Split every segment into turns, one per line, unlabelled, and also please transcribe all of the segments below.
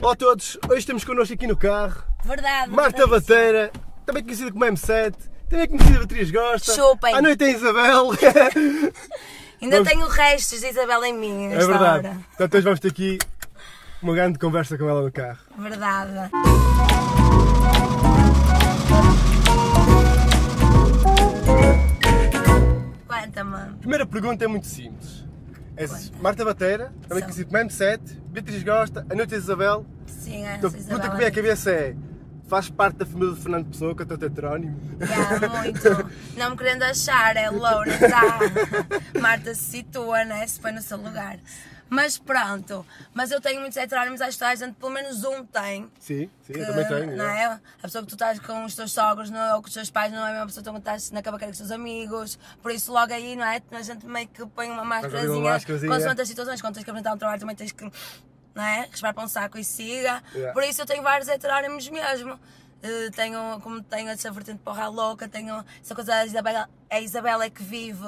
Olá a todos, hoje temos connosco aqui no carro
Verdade.
Marta
verdade.
Bateira, também conhecida como M7, também conhecida como Beatriz Gosta.
Chupem.
À noite é Isabel.
Ainda
Vamos-
tenho restos de Isabel em mim
é
nesta
verdade.
hora.
Portanto, hoje vamos ter aqui uma grande conversa com ela no carro.
Verdade. Conta-me.
Primeira pergunta é muito simples.
é?
És Marta Bateira, também
Sou.
conhecida como M7, Beatriz Gosta, à noite é Isabel.
Sim, é,
Então,
sou
a
Isabel.
pergunta que me vem à cabeça é: faz parte da família de Fernando Pessoa, que é o teu tetrónimo?
Yeah, muito. Não me querendo achar, é Lourenço. ah. Marta se situa, né? Se põe no seu lugar. Mas pronto. Mas eu tenho muitos heterónimos, acho que toda a gente, pelo menos um tem.
Sim, sim,
que,
eu também tenho.
Não
é.
é? A pessoa que tu estás com os teus sogros não é, ou com os teus pais não é a mesma pessoa que tu estás na cabaqueira com os teus amigos. Por isso, logo aí, não é? A gente meio que põe uma máscarazinha.
máscarazinha.
Consoante as situações, quando tens que apresentar um trabalho, também tens que. Não é? Respirar para um saco e siga.
Yeah.
Por isso, eu tenho vários heterónimos mesmo. Eh, tenho, como tenho essa vertente de porra louca, tenho essa coisa da Isabela, a Isabela é que vive.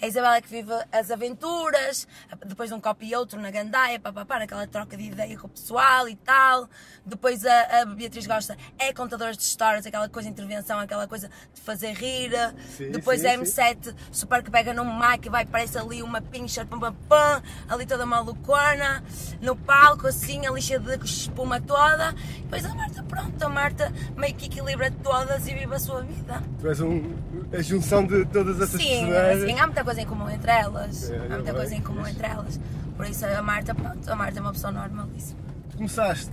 A Isabela é que vive as aventuras, depois de um copo e outro na gandaia, papapá, naquela troca de ideia com o pessoal e tal. Depois a, a Beatriz Gosta é contadora de histórias, aquela coisa de intervenção, aquela coisa de fazer rir.
Sim,
depois
sim,
a
sim.
MC sete, super que pega num mic e vai, parece ali uma pincha, pam, pam, pam, ali toda malucona, no palco assim, ali cheia de espuma toda. E depois a Marta, pronto, a Marta meio que equilibra todas e vive a sua vida.
Tu és um, a junção de todas essas
Sim, é, assim,
personagens.
sim, há muita coisa em comum entre elas.
É,
Há
é
muita
bem,
coisa em comum
fixe.
entre elas. Por isso a Marta, pronto, a Marta é uma pessoa normalíssima.
Começaste,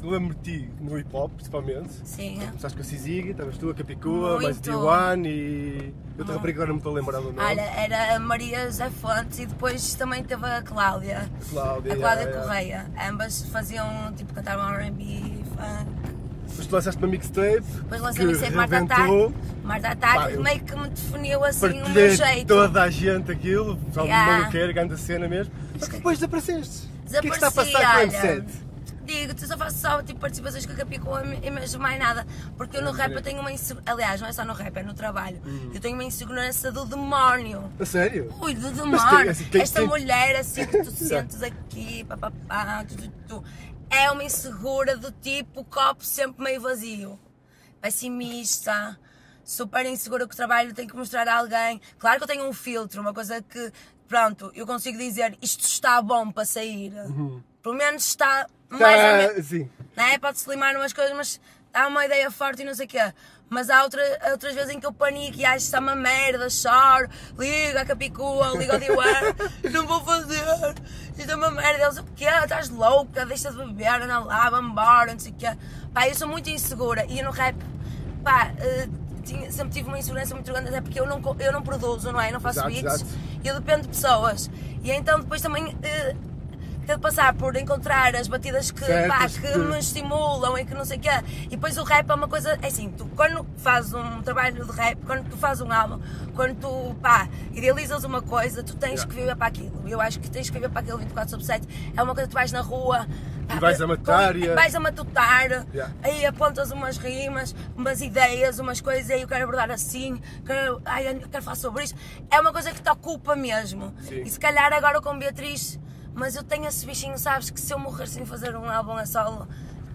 lembro-te, no hip hop, principalmente.
Sim, é.
Começaste com a Sizig, estavas tu, a Capicua, mais
Muito.
D1 e. Eu te rapariga agora não me estou a lembrar do nome.
Olha, era a Maria José Fontes e depois também teve a Cláudia.
A Cláudia.
A Cláudia
yeah, yeah.
Correia. Ambas faziam, tipo, cantavam RB, funk.
Depois tu lançaste uma mixtape.
Depois lançamos
que
sempre Marta
rebentou,
Ataque. Marta Ataque
Pá, eu-
meio que me definiu assim o meu
Partilhei
jeito.
toda a gente aquilo, só
Yeah.
yeah. maluqueiro, grande cena mesmo. Mas que depois desapareceste. O que é que está a
Desapareci,
passar com o
olha.
M7?
Digo-te, só faço só tipo, participações com a Capicua e mesmo mais nada. Porque eu no rap eu tenho uma insegurança. Aliás, não é só no rap, é no trabalho.
Hum.
Eu tenho uma insegurança do demónio.
A sério?
Ui, do
Mas tem-
demónio.
assim, tem-
Esta
tem-
mulher assim que tu sentes aqui, papapá, tu, tu, tu, é uma insegura do tipo copo sempre meio vazio. Pessimista, super insegura com o trabalho, tenho que mostrar a alguém. Claro que eu tenho um filtro, uma coisa que, pronto, eu consigo dizer isto está bom para sair.
Uhum.
Pelo menos está mais ou menos
Tá, sim.
não é? Pode-se limar umas coisas, mas há uma ideia forte e não sei o quê. Mas há outra, outras vezes em que eu panico e acho que está uma merda, choro, ligo à Capicua, ligo ao Diwar, não vou fazer, isto é uma merda. Eles, o quê? Estás louca, deixa de beber, anda lá, vambora, não sei o quê. Pá, eu sou muito insegura e no rap, pá, eh, tinha- sempre tive uma insegurança muito grande, até porque eu não, co- eu não produzo, não é? Eu não faço
Exato,
beats,
exato.
eu dependo de pessoas. E então depois também. eh, ter de passar por encontrar as batidas que,
Certo,
pá,
acho
que
que-
me estimulam e que não sei o quê. E depois o rap é uma coisa, é assim, tu quando fazes um trabalho de rap, quando tu fazes um álbum, quando tu, pá, idealizas uma coisa, tu tens
Yeah.
que viver para aquilo. Eu acho que tens que viver para aquilo 24 sobre 7. É uma coisa que tu vais na rua... pá,
E vais a matar
com-
e a-
Vais a matutar,
Yeah.
aí apontas umas rimas, umas ideias, umas coisas, aí eu quero abordar assim, quero, ai, eu quero falar sobre isto. É uma coisa que te ocupa mesmo.
Sim.
E se calhar agora com Beatriz, mas eu tenho esse bichinho, sabes, que se eu morrer sem fazer um álbum a solo,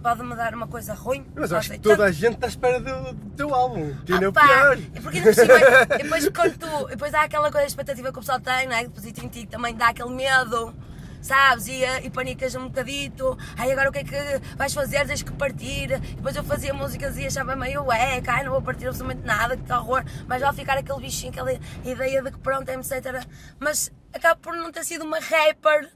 pode-me dar uma coisa ruim.
Mas
Não
acho
sei.
que toda
Tanto-
a gente está à espera do, do teu álbum. Que ainda é o
Opa,
pior.
é Porque ainda por cima, depois quando tu, depois há aquela coisa expectativa que o pessoal tem, não é? Depois e em ti também dá aquele medo, sabes? E, eh, e panicas um bocadito, ai agora o que é que vais fazer? Tens que partir. E Depois eu fazia músicas e achava meio é, ai não vou partir absolutamente nada, que horror, mas vai ficar aquele bichinho, aquela ideia de que pronto, etc. Mas acabo por não ter sido uma rapper.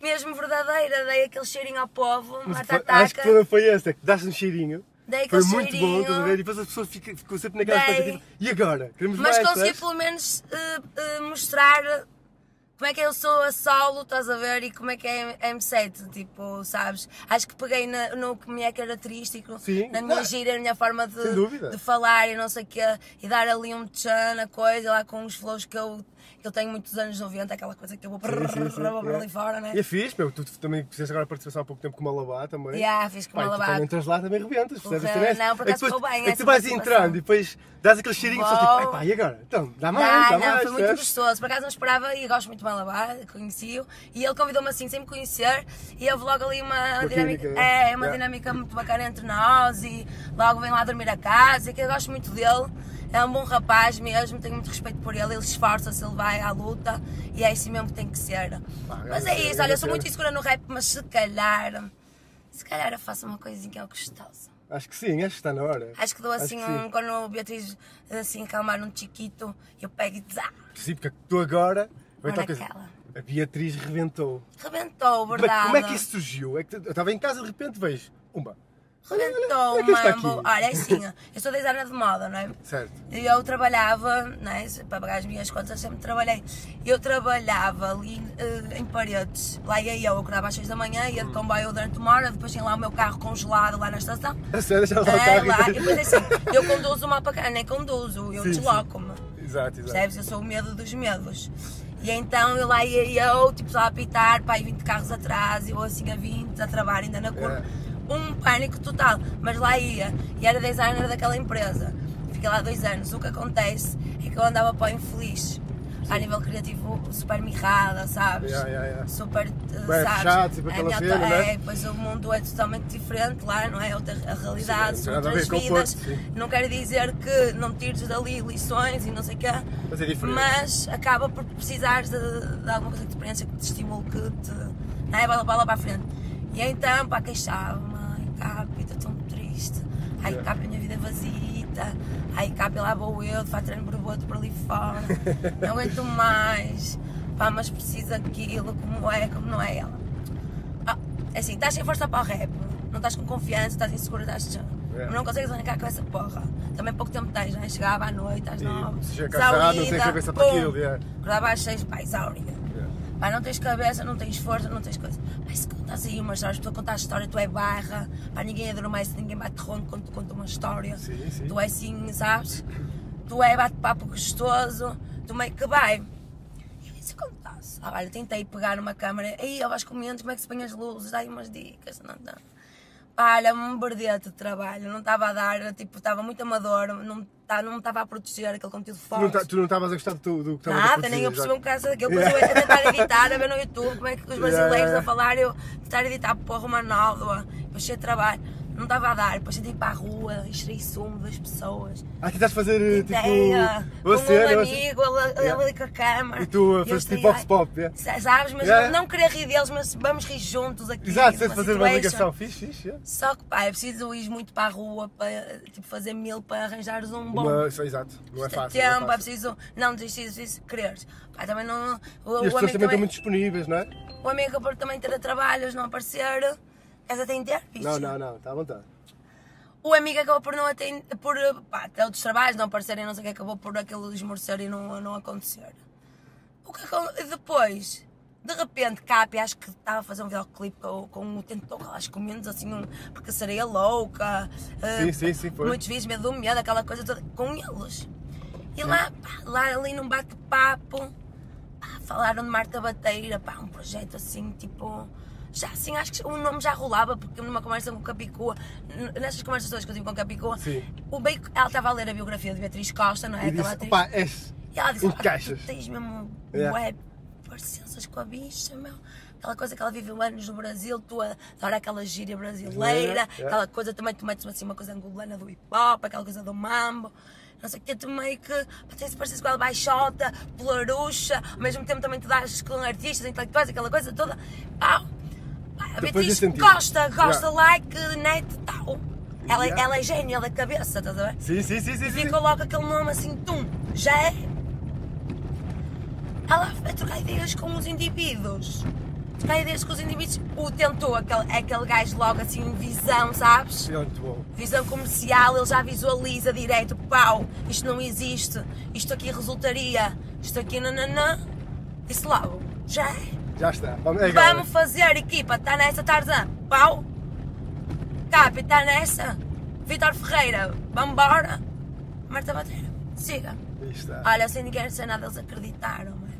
Mesmo verdadeira, dei aquele cheirinho ao povo,
Mas
mata
foi- acho que
ataca.
foi, foi esse, é que daste um cheirinho.
Dei
Foi
aquele
muito bom,
cheirinho.
estás a ver? E depois as pessoas ficam, ficam sempre naquela
Dei.
expectativa. E agora? Queremos
Mas
mais,
consegui
sabes?
pelo menos eh, eh, mostrar como é que eu sou a solo, estás a ver? E como é que é a M7, tipo, sabes? Acho que peguei na- no que me é característico,
Sim,
na minha
claro.
gira, na minha forma
Sem
de,
dúvida.
de falar e não sei o quê, e dar ali um tchan na coisa, lá com os flows que eu Eu tenho muitos anos 90, aquela coisa que eu vou,
Sim, sim, sim,
vou para
yeah.
ali fora, né?
E é fixe, meu. Tu também fizeste agora participação há pouco tempo com o Malabá também.
Yeah, fiz com o
Pá, e
Malabá.
Tu também entras lá também rebentas, percebes?
Porra,
Também é-
não, por
é que
acaso
depois-
correu bem
É que
essa
tu vais
participação.
entrando e depois dás aquele cheirinho e só tipo,
Bom.
ai pá, e agora? Então, dá mais,
Dá,
dá
não,
mais.
foi muito
percebes?
gostoso. Por acaso não esperava e gosto muito de Malabar, conheci-o. E ele convidou-me assim, sem me conhecer, e houve logo ali uma,
Uma
dinâmica.
química,
é, uma
yeah.
dinâmica muito bacana entre nós e logo vem lá dormir a casa, e que eu gosto muito dele. É um bom rapaz mesmo, tenho muito respeito por ele, ele esforça-se, ele vai à luta e é isso mesmo que tem que ser.
Pá,
mas
grande cena,
é isso,
grande
olha, eu sou
cena.
muito insegura no rap, mas se calhar, se calhar eu faço uma coisinha gostosa.
Acho que sim, acho que está na hora.
Acho que dou assim,
que sim.
um, quando o Beatriz assim acalmar um chiquito, eu pego e zá,
Sim, porque tu agora. vai
Ou
tal coisa.
naquela.
A Beatriz rebentou.
rebentou,
Como é,
verdade.
como é que isso surgiu? É que eu estava em casa de repente vejo. Pumba.
Rebentou,
Como é que isto está aqui?
mambo. Então, Olha, é assim, ó, eu sou designer de moda, não é?
Certo.
E eu trabalhava, né, para pagar as minhas contas, eu sempre trabalhei. Eu trabalhava ali eh, em paredes. Lá ia eu, eu acordava às 6 da manhã,
Hum.
ia de comboio durante uma hora, depois tinha lá o meu carro congelado lá na estação.
A sério, deixa lá o
Ah,
carro. e
lá, e
depois-
depois assim, eu conduzo mal para cá, nem conduzo, eu
Sim, sim.
desloco-me.
Exato, exato.
Percebes? Eu sou o medo dos medos. E então eu lá ia eu, tipo, só a apitar, pá, e 20 carros atrás, eu assim a 20, a travar ainda na curva.
É.
Um pânico total, mas lá ia. E era designer daquela empresa. Fiquei lá dois anos. O que acontece é que eu andava para o infeliz. A nível criativo, super mirrada, sabes?
Yeah, yeah, yeah.
Super, eh,
Bem
sabes?
fechado, tipo
É,
aquela
minha
cena,
auto-
não é?
é, pois o mundo é totalmente diferente lá, não é? Outra a realidade,
Sim,
são
não tem nada a
outras
ver com o
vidas.
Porto, sim.
Não quero dizer que não tires dali lições e não sei o quê.
Mas é diferente.
Mas acaba por precisares de, de alguma coisa que te preencha, que te estimule, que te. Não é? Bola, bola para a frente. E então, pá, queixava-me. Ai, Capi, estou tão triste. Ai,
Yeah.
Capi, a minha vida é vazia. Ai, Capi, lá vou eu, de fato, treino borboto por ali fora. não aguento mais. Pá, mas preciso daquilo, como é, como não é ela. Ah, é assim, estás sem força para o rap, não estás com confiança, estás insegura, estás chão.
É.
Não consegues arrancar com essa porra. Também pouco tempo tens, não é? Chegava à noite, às
E
nove.
se chega cansado, não tem
exaurida,
cabeça para
pum.
aquilo, é.
Acordava às seis, pá, exaurida.
Yeah.
Pá, não tens cabeça, não tens força, não tens coisa. Pá, se contas aí umas horas, tu a contar a história, tu é barra. Pá, ninguém adormece, ninguém bate ronco quando tu conta uma história.
Sim, sim.
Tu é assim, sabes? Tu é bate-papo gostoso, tu meio que vai. E eu disse, como estás? Ah, olha, tentei pegar uma câmera, aí eu acho comendo como é que se põe as luzes, dá aí umas dicas, não dá. Pá, olha, um berdete de trabalho, não estava a dar, tipo, estava muito amador, não tá- não me estava a proteger aquele conteúdo
Tu não
forte.
tá- Tu não estavas a gostar do, teu- do que estava a
Nada, nem eu percebi um bocado daquilo.
É.
Depois eu a tentar editar, a ver no YouTube como é que os brasileiros
Yeah, yeah, yeah.
a falar, eu tentar editar porra uma nova, depois cheio de trabalho, não estava a dar, depois tentei ir para a rua, extrair sumo das pessoas.
Ah, tentaste fazer eh, tipo.
Ideia,
uma
com
cena,
um
uma cena.
amigo, ele ele
Yeah.
ali com a câmara.
É. E tu a
eu
fazer
extraí,
tipo vox
ai,
pop, yeah.
sa- Sabes, mas
Yeah.
não querer rir deles, mas vamos rir juntos aqui.
Exato,
numa
tentaste fazer uma
situation.
ligação fixe, fixe. yeah.
Só que pá, é preciso ir muito para a rua para tipo, fazer mil para arranjares um bom.
Uma, só- exato, não é fácil. não é
tempo, é
fácil.
preciso. Não, preciso, preciso querer. Pá, também não. O,
E as
o
pessoas
amigo
também estão
também,
muito disponíveis, não é?
o amigo acabou por também ter trabalhos, não aparecer. Casa tem ter, bicho.
Não, não, não, está à vontade.
O amigo acabou por não atender. Por, pá, ter outros trabalhos, não aparecerem, não sei o que, acabou por aquilo esmorecer e não, não acontecer. O que acon- Depois, de repente, Capi, acho que estava a fazer um videoclipe com, com o Tentou, acho que menos assim, um, porque seria louca. eh,
Sim, sim, sim, foi.
Muitos vídeos, medo do medo, aquela coisa toda, com eles. E lá, pá, lá ali num bate-papo, pá, falaram de Marta Bateira, pá, um projeto assim, tipo. Já assim, acho que o nome já rolava, porque numa conversa com o Capicua, n- nessas conversas todas que eu tive com o Capicua,
Sim.
o bem, ela estava a ler a biografia de Beatriz Costa, não é?
E
Aquela
disse,
atriz.
pá, és.
E ela disse,
Encaixas.
"Ah, tu tens mesmo
Yeah.
web parecenças com a bicha, meu. Aquela coisa que ela viveu anos no Brasil, tu adora aquela gíria brasileira,
Yeah, yeah.
aquela coisa também, tu metes assim uma coisa angolana do hip hop, aquela coisa do mambo. Não sei o que, tu meio que pá, tens pareces com ela baixota, polaruxa, ao mesmo tempo também te dás com artistas, intelectuais, aquela coisa toda. Pau! Pá, a
Depois
Beatriz
desse sentido.
gosta, gosta,
Yeah.
like, net, tal. Ela,
Yeah.
ela é gênio, ela é cabeça, estás a ver?
Sim, sim, sim, sim.
E
sim.
ficou logo aquele nome assim, tum, já é. Ela a trocar ideias com os indivíduos. Trocar ideias com os indivíduos. O tentou, aquele, aquele gajo logo assim, visão, sabes?
Sim, é muito bom.
Visão comercial, ele já visualiza direto, pau, isto não existe, isto aqui resultaria, isto aqui nananã. Disse logo, já é.
Já está. Vamos, é agora.
Vamos fazer equipa, está nessa Tarzan, pau. Capi, tá está nessa. Vitor Ferreira, vambora. Marta Bateira, siga.
Aí está.
Olha, eu sem ninguém dizer nada, eles acreditaram, mano.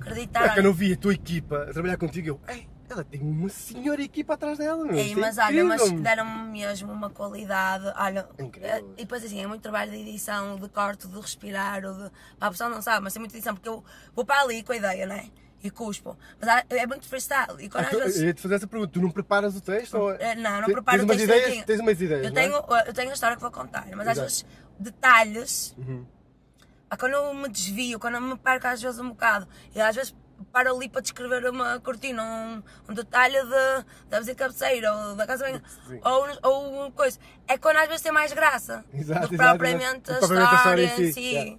Acreditaram.
Não, É que eu não vi a tua equipa a trabalhar contigo. Eu, ei, ela tem uma senhora equipa atrás dela, meu.
Ei,
Isto é
mas olha, mas
incrível, meu.
deram-me mesmo uma qualidade. Olha,
Incrível.
eh, e depois assim, é muito trabalho de edição, de corte, de respirar, ou de. Pá, a pessoa não sabe, mas é muito edição, porque eu vou para ali com a ideia, não é? E cuspo. Mas há- é muito freestyle. E
Ah,
quando às
tu-
vezes.
Eu ia te fazer essa pergunta. Tu não preparas o texto? Ou... é?
Eh, Não, não
Te-
preparo
tens
o
umas
texto
ideias,
direitinho.
Tens umas ideias,
eu
não é?
tenho, eh, eu tenho a história que vou contar, mas às
Exato.
vezes detalhes,
Uhum.
ah, quando eu me desvio, quando eu me perco às vezes um bocado, e às vezes paro ali para descrever uma cortina, um, um detalhe de, da visita cabeceira ou da casa bem,
Sim.
ou, ou uma coisa. É quando às vezes tem mais graça
Exato,
do que
exato, exato.
propriamente
Do
a
que propriamente a
história
história
em
em si,
si.
yeah.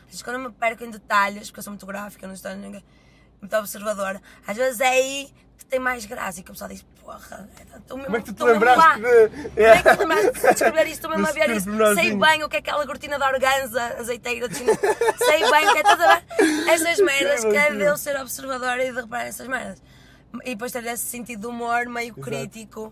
Às vezes quando eu me perco em detalhes, porque eu sou muito gráfica, não estou ninguém, muito observadora, às vezes é aí que tem mais graça e que o pessoal diz, porra, estou mesmo
Como é que tu te
estou mesmo lá."
lembraste de.
Como é que te lembraste de descrever isto? Estou mesmo a
Desse
ver isso. Sei
pormenorzinho.
bem o que é aquela cortina de organza azeiteira. De... chinês. Sei bem o que é toda a ver. Essas merdas, que é de eu ser observadora e de reparar essas merdas. E depois ter esse sentido de humor meio crítico.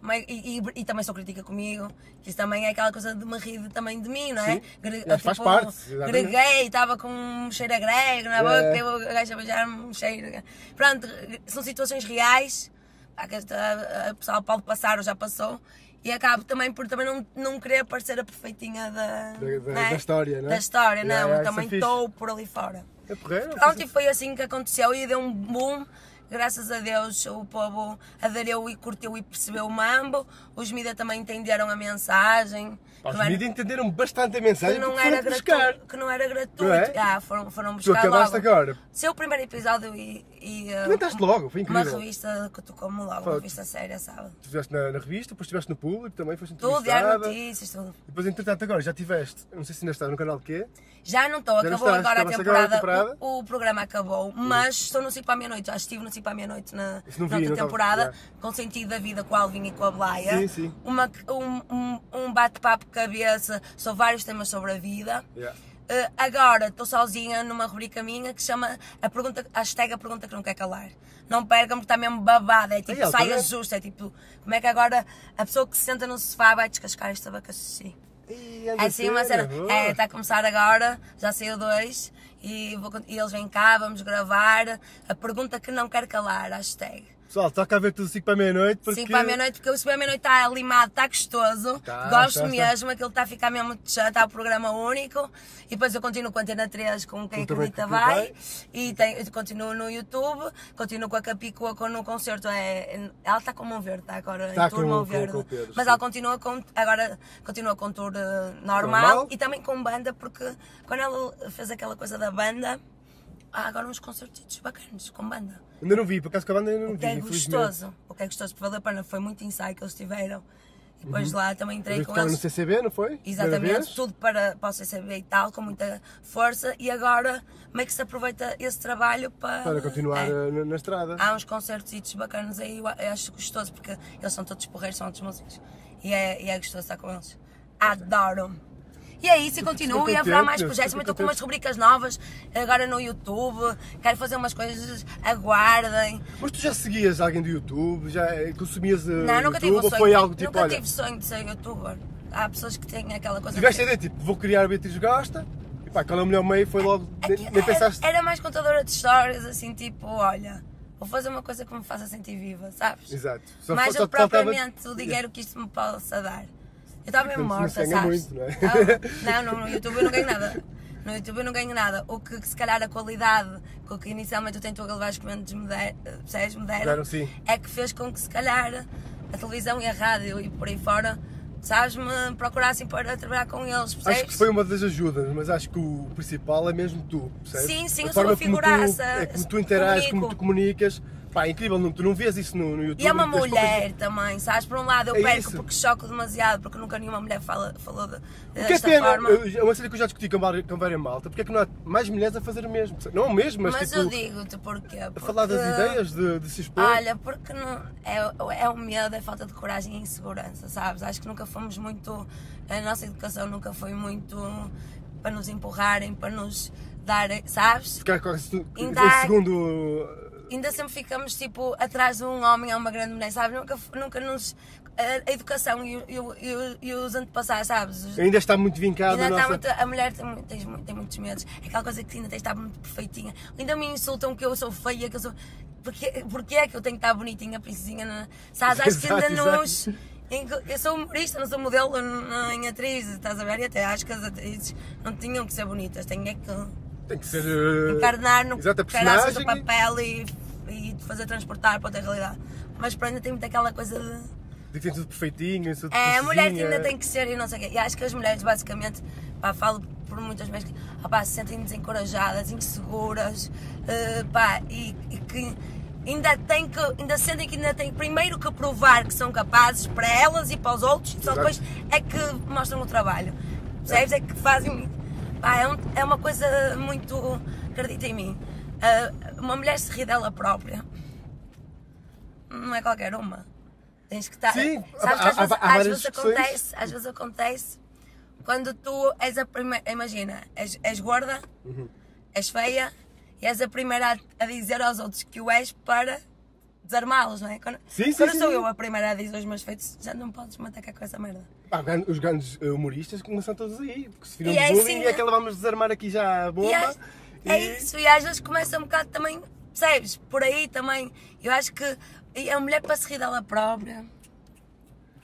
meio- E, e- e também sou crítica comigo, que isso também é aquela coisa de me rir de- também de mim, não é?
Sim. Mas faz parte, exatamente.
Greguei, estava com um cheiro a grego na boca,
É.
eu a gaja a beijar-me um cheiro. Pronto, são situações reais, pá, que a, a pessoa pode passar ou já passou, e acabo também por também não, não querer parecer a perfeitinha da,
Da- da-
não é?
da história, não é?
Da história,
Yeah,
não,
yeah,
eu
isso é
também
fixe.
estou por ali fora.
É porreiro?
Pronto, e foi assim que aconteceu e deu um boom. Graças a Deus o povo aderiu e curtiu e percebeu o mambo. Os mídia também entenderam a mensagem.
Pá, Os
Não era-
mídias entenderam bastante a
que
mensagem
não,
porque Tá foram
era
te
gratuito,
buscar.
que não era gratuito.
Não é?
Ah, foram, foram
Tu
buscar
acabaste
logo.
agora.
Seu primeiro episódio e. e ah,
Comentaste logo, foi
Uma
incrível.
revista que tu como logo, uma
Foto.
revista séria, sabe?
Tu estiveste na, na revista, depois estiveste no público, também foste
Tudo, diário
entrevistada.
notícias, tudo.
Depois, entretanto, agora já tiveste, não sei se ainda estás no canal de quê?
Já não estou,
não
acabou
estás,
agora a
acabaste agora a
temporada.
temporada?
O, o programa acabou, mas estou no 5 para a meia-noite. Já estive no 5 para a meia-noite na,
Isso não
na
vi, não
outra
estava-
temporada,
já.
com sentido da vida com a Alvinha e com a Blaia.
Sim, sim.
Uma, um um, um bate-papo cabeça sobre vários temas sobre a vida.
Yeah.
Eh, agora estou sozinha numa rubrica minha que se chama a pergunta, hashtag a pergunta que não quer calar. Não percam porque está mesmo babada, é tipo
Ei,
saia
altamente.
justa, é tipo, como é que agora a pessoa que se senta no sofá vai descascar este abacaxi?
Ih,
É assim uma cena.
Ah.
É, está a começar agora, já saiu dois e, vou con- e eles vêm cá, vamos gravar. A pergunta que não quer calar, hashtag.
Pessoal, toca a ver tudo 5 para a meia-noite. porque-
5 para a meia-noite, porque o 5 para a meia-noite está limado, está gostoso.
Tá,
Gosto
tá, tá.
mesmo, aquilo está a ficar mesmo muito chato, está o programa único. E depois eu continuo com a Antena 3, com quem
Com também
acredita
quem
vai.
vai.
E tem- eu continuo no YouTube, continuo com a Capicua com- no concerto. É, ela está com o Mão Verde, está agora
Tá
em tour
com-
Mão
com-
Verde.
com o Pedro,
Mas
sim.
ela continua com, agora continua com tour eh, normal,
Normal.
e também com banda, porque quando ela fez aquela coisa da banda, há agora uns concertos bacanas com banda.
Ainda não vi, por acaso com a banda ainda não
O
vi.
que é
infelizmente.
gostoso, o que é gostoso, porque valeu a pena, foi muito ensaio que eles tiveram. E depois lá também
Eu vi
entrei
que
com
tocaram no
eles.
CCB, Uhum. não foi? Primeira
Exatamente,
vez.
tudo para, para o CCB e tal, com muita força. E agora meio que se aproveita esse trabalho para.
Para continuar
É.
eh, na, na estrada.
Há uns concertos bacanas aí, eu a- eu acho gostoso, porque eles são todos porreiros, são todos músicos. E é, e é gostoso estar com eles. Adoro! E é isso, e continuo, e
contente,
haverá mais
eu
projetos.
estou
Também estou com
contente.
umas rubricas novas agora no YouTube. Quero fazer umas coisas, aguardem.
Mas tu já seguias alguém do YouTube? Já eh, consumias eh,
Não, nunca
YouTube?
tive um
ou
sonho.
foi algo tipo,
nunca
olha,
tive sonho de ser youtuber. Há pessoas que têm aquela coisa.
tiveste a ideia, tipo, vou criar a Beatriz Gosta? E pá, qual é o melhor meio? Foi logo, nem,
Aquilo
nem
era-
pensaste...
Era, mais contadora de histórias, assim, tipo, olha, vou fazer uma coisa que me faça sentir viva, sabes?
Exato.
mais
só
do que
faltava-
propriamente o dinheiro que isto me possa dar. Eu estava mesmo
Portanto, não
morta,
se ganha
sabes?
muito, não é?
Ah, não, no, no YouTube eu não ganho nada. No YouTube eu não ganho nada. O que se calhar a qualidade com que inicialmente eu tento levar os comentários me der- percebes? me deram,
Deram, sim.
é que fez com que se calhar a televisão e a rádio e por aí fora, sabes, me procurassem para trabalhar com eles, percebes?
Acho que foi uma das ajudas, mas acho que o principal é mesmo tu, percebes?
Sim, sim,
a
eu sou
forma como
uma
tu-
figuraça,
é como tu interages, como
comunico.
tu comunicas. Pá, é incrível, não, tu não vês isso no, no YouTube.
E é uma
não tens
mulher também, sabes? Por um lado eu
É
perco
isso.
porque choco demasiado, porque nunca nenhuma mulher fala, falou de,
O que é
desta
pena,
forma.
eu- é uma cena que eu já discuti com várias, com várias malta, porque é que não há mais mulheres a fazer o mesmo? Não o mesmo, mas,
Mas
tipo,
eu digo-te porquê.
a
Porque,
falar das ideias, de, de se expor.
Ah. Olha, porque não, é, é o medo, é falta de coragem e insegurança, sabes? Acho que nunca fomos muito. A nossa educação nunca foi muito para nos empurrarem, para nos darem, sabes?
Ficar com esse- com
Ainda há-
aquele segundo
ainda sempre ficamos tipo atrás de um homem ou uma grande mulher, sabes? Nunca, nunca nos. A, a educação e, o- e o- e o- e os antepassados, sabes? Os-
Ainda está muito vincado
Ainda
a
está
nossa...
muito, a mulher tem, mu- tem, mu- tem muitos medos. É aquela coisa que ainda tem de estar muito perfeitinha. Ainda me insultam que eu sou feia, que eu sou. Porquê, porquê é que eu tenho que estar bonitinha, princesinha? na- Sabes? Acho que ainda
Exato,
nos. enco- Eu sou humorista, não sou modelo n- nem atriz, estás a ver? E até acho que as atrizes não tinham que ser bonitas, têm é que
Tem que ser... eh,
encarnar no
Exato, a
caraças do
personagem.
papel e, e te fazer transportar para outra realidade. Mas pronto, ainda tem muito aquela coisa de.
Tem que ser tudo perfeitinho, tudo
É, a mulher que
cozinha.
ainda tem que ser e não sei o quê. E acho que as mulheres, basicamente, pá, falo por muitas vezes, que ah, pá, se sentem desencorajadas, inseguras, eh, pá, e, e que ainda têm que, ainda sentem que ainda têm primeiro que provar que são capazes para elas e para os outros, e só
Exato.
depois é que mostram o trabalho. Percebes? É que fazem. Pá, é, um- é uma coisa muito. Acredita em mim. eh, uma mulher se ri dela própria. Não é qualquer uma. Tens que estar.
Sim,
sabes
há-
que às
há-
vezes,
há
às
várias
vezes
discussões.
acontece, às vezes acontece quando tu és a primeira. Imagina, és, és gorda,
Uhum.
és feia e és a primeira a, a dizer aos outros que o és para desarmá-los, não é? Quando,
Sim, sim,
quando
sim,
sou
sim.
eu a primeira a dizer os meus feitos, já não podes me atacar com essa é merda.
Pá, gran- os grandes eh, humoristas começam todos aí, porque se viram
E
de
é
bullying
assim,
é aquela vamos desarmar aqui já a bomba.
E às- É isso, e às vezes começa um bocado também, percebes? Por aí também. Eu acho que e a mulher para se rir dela própria.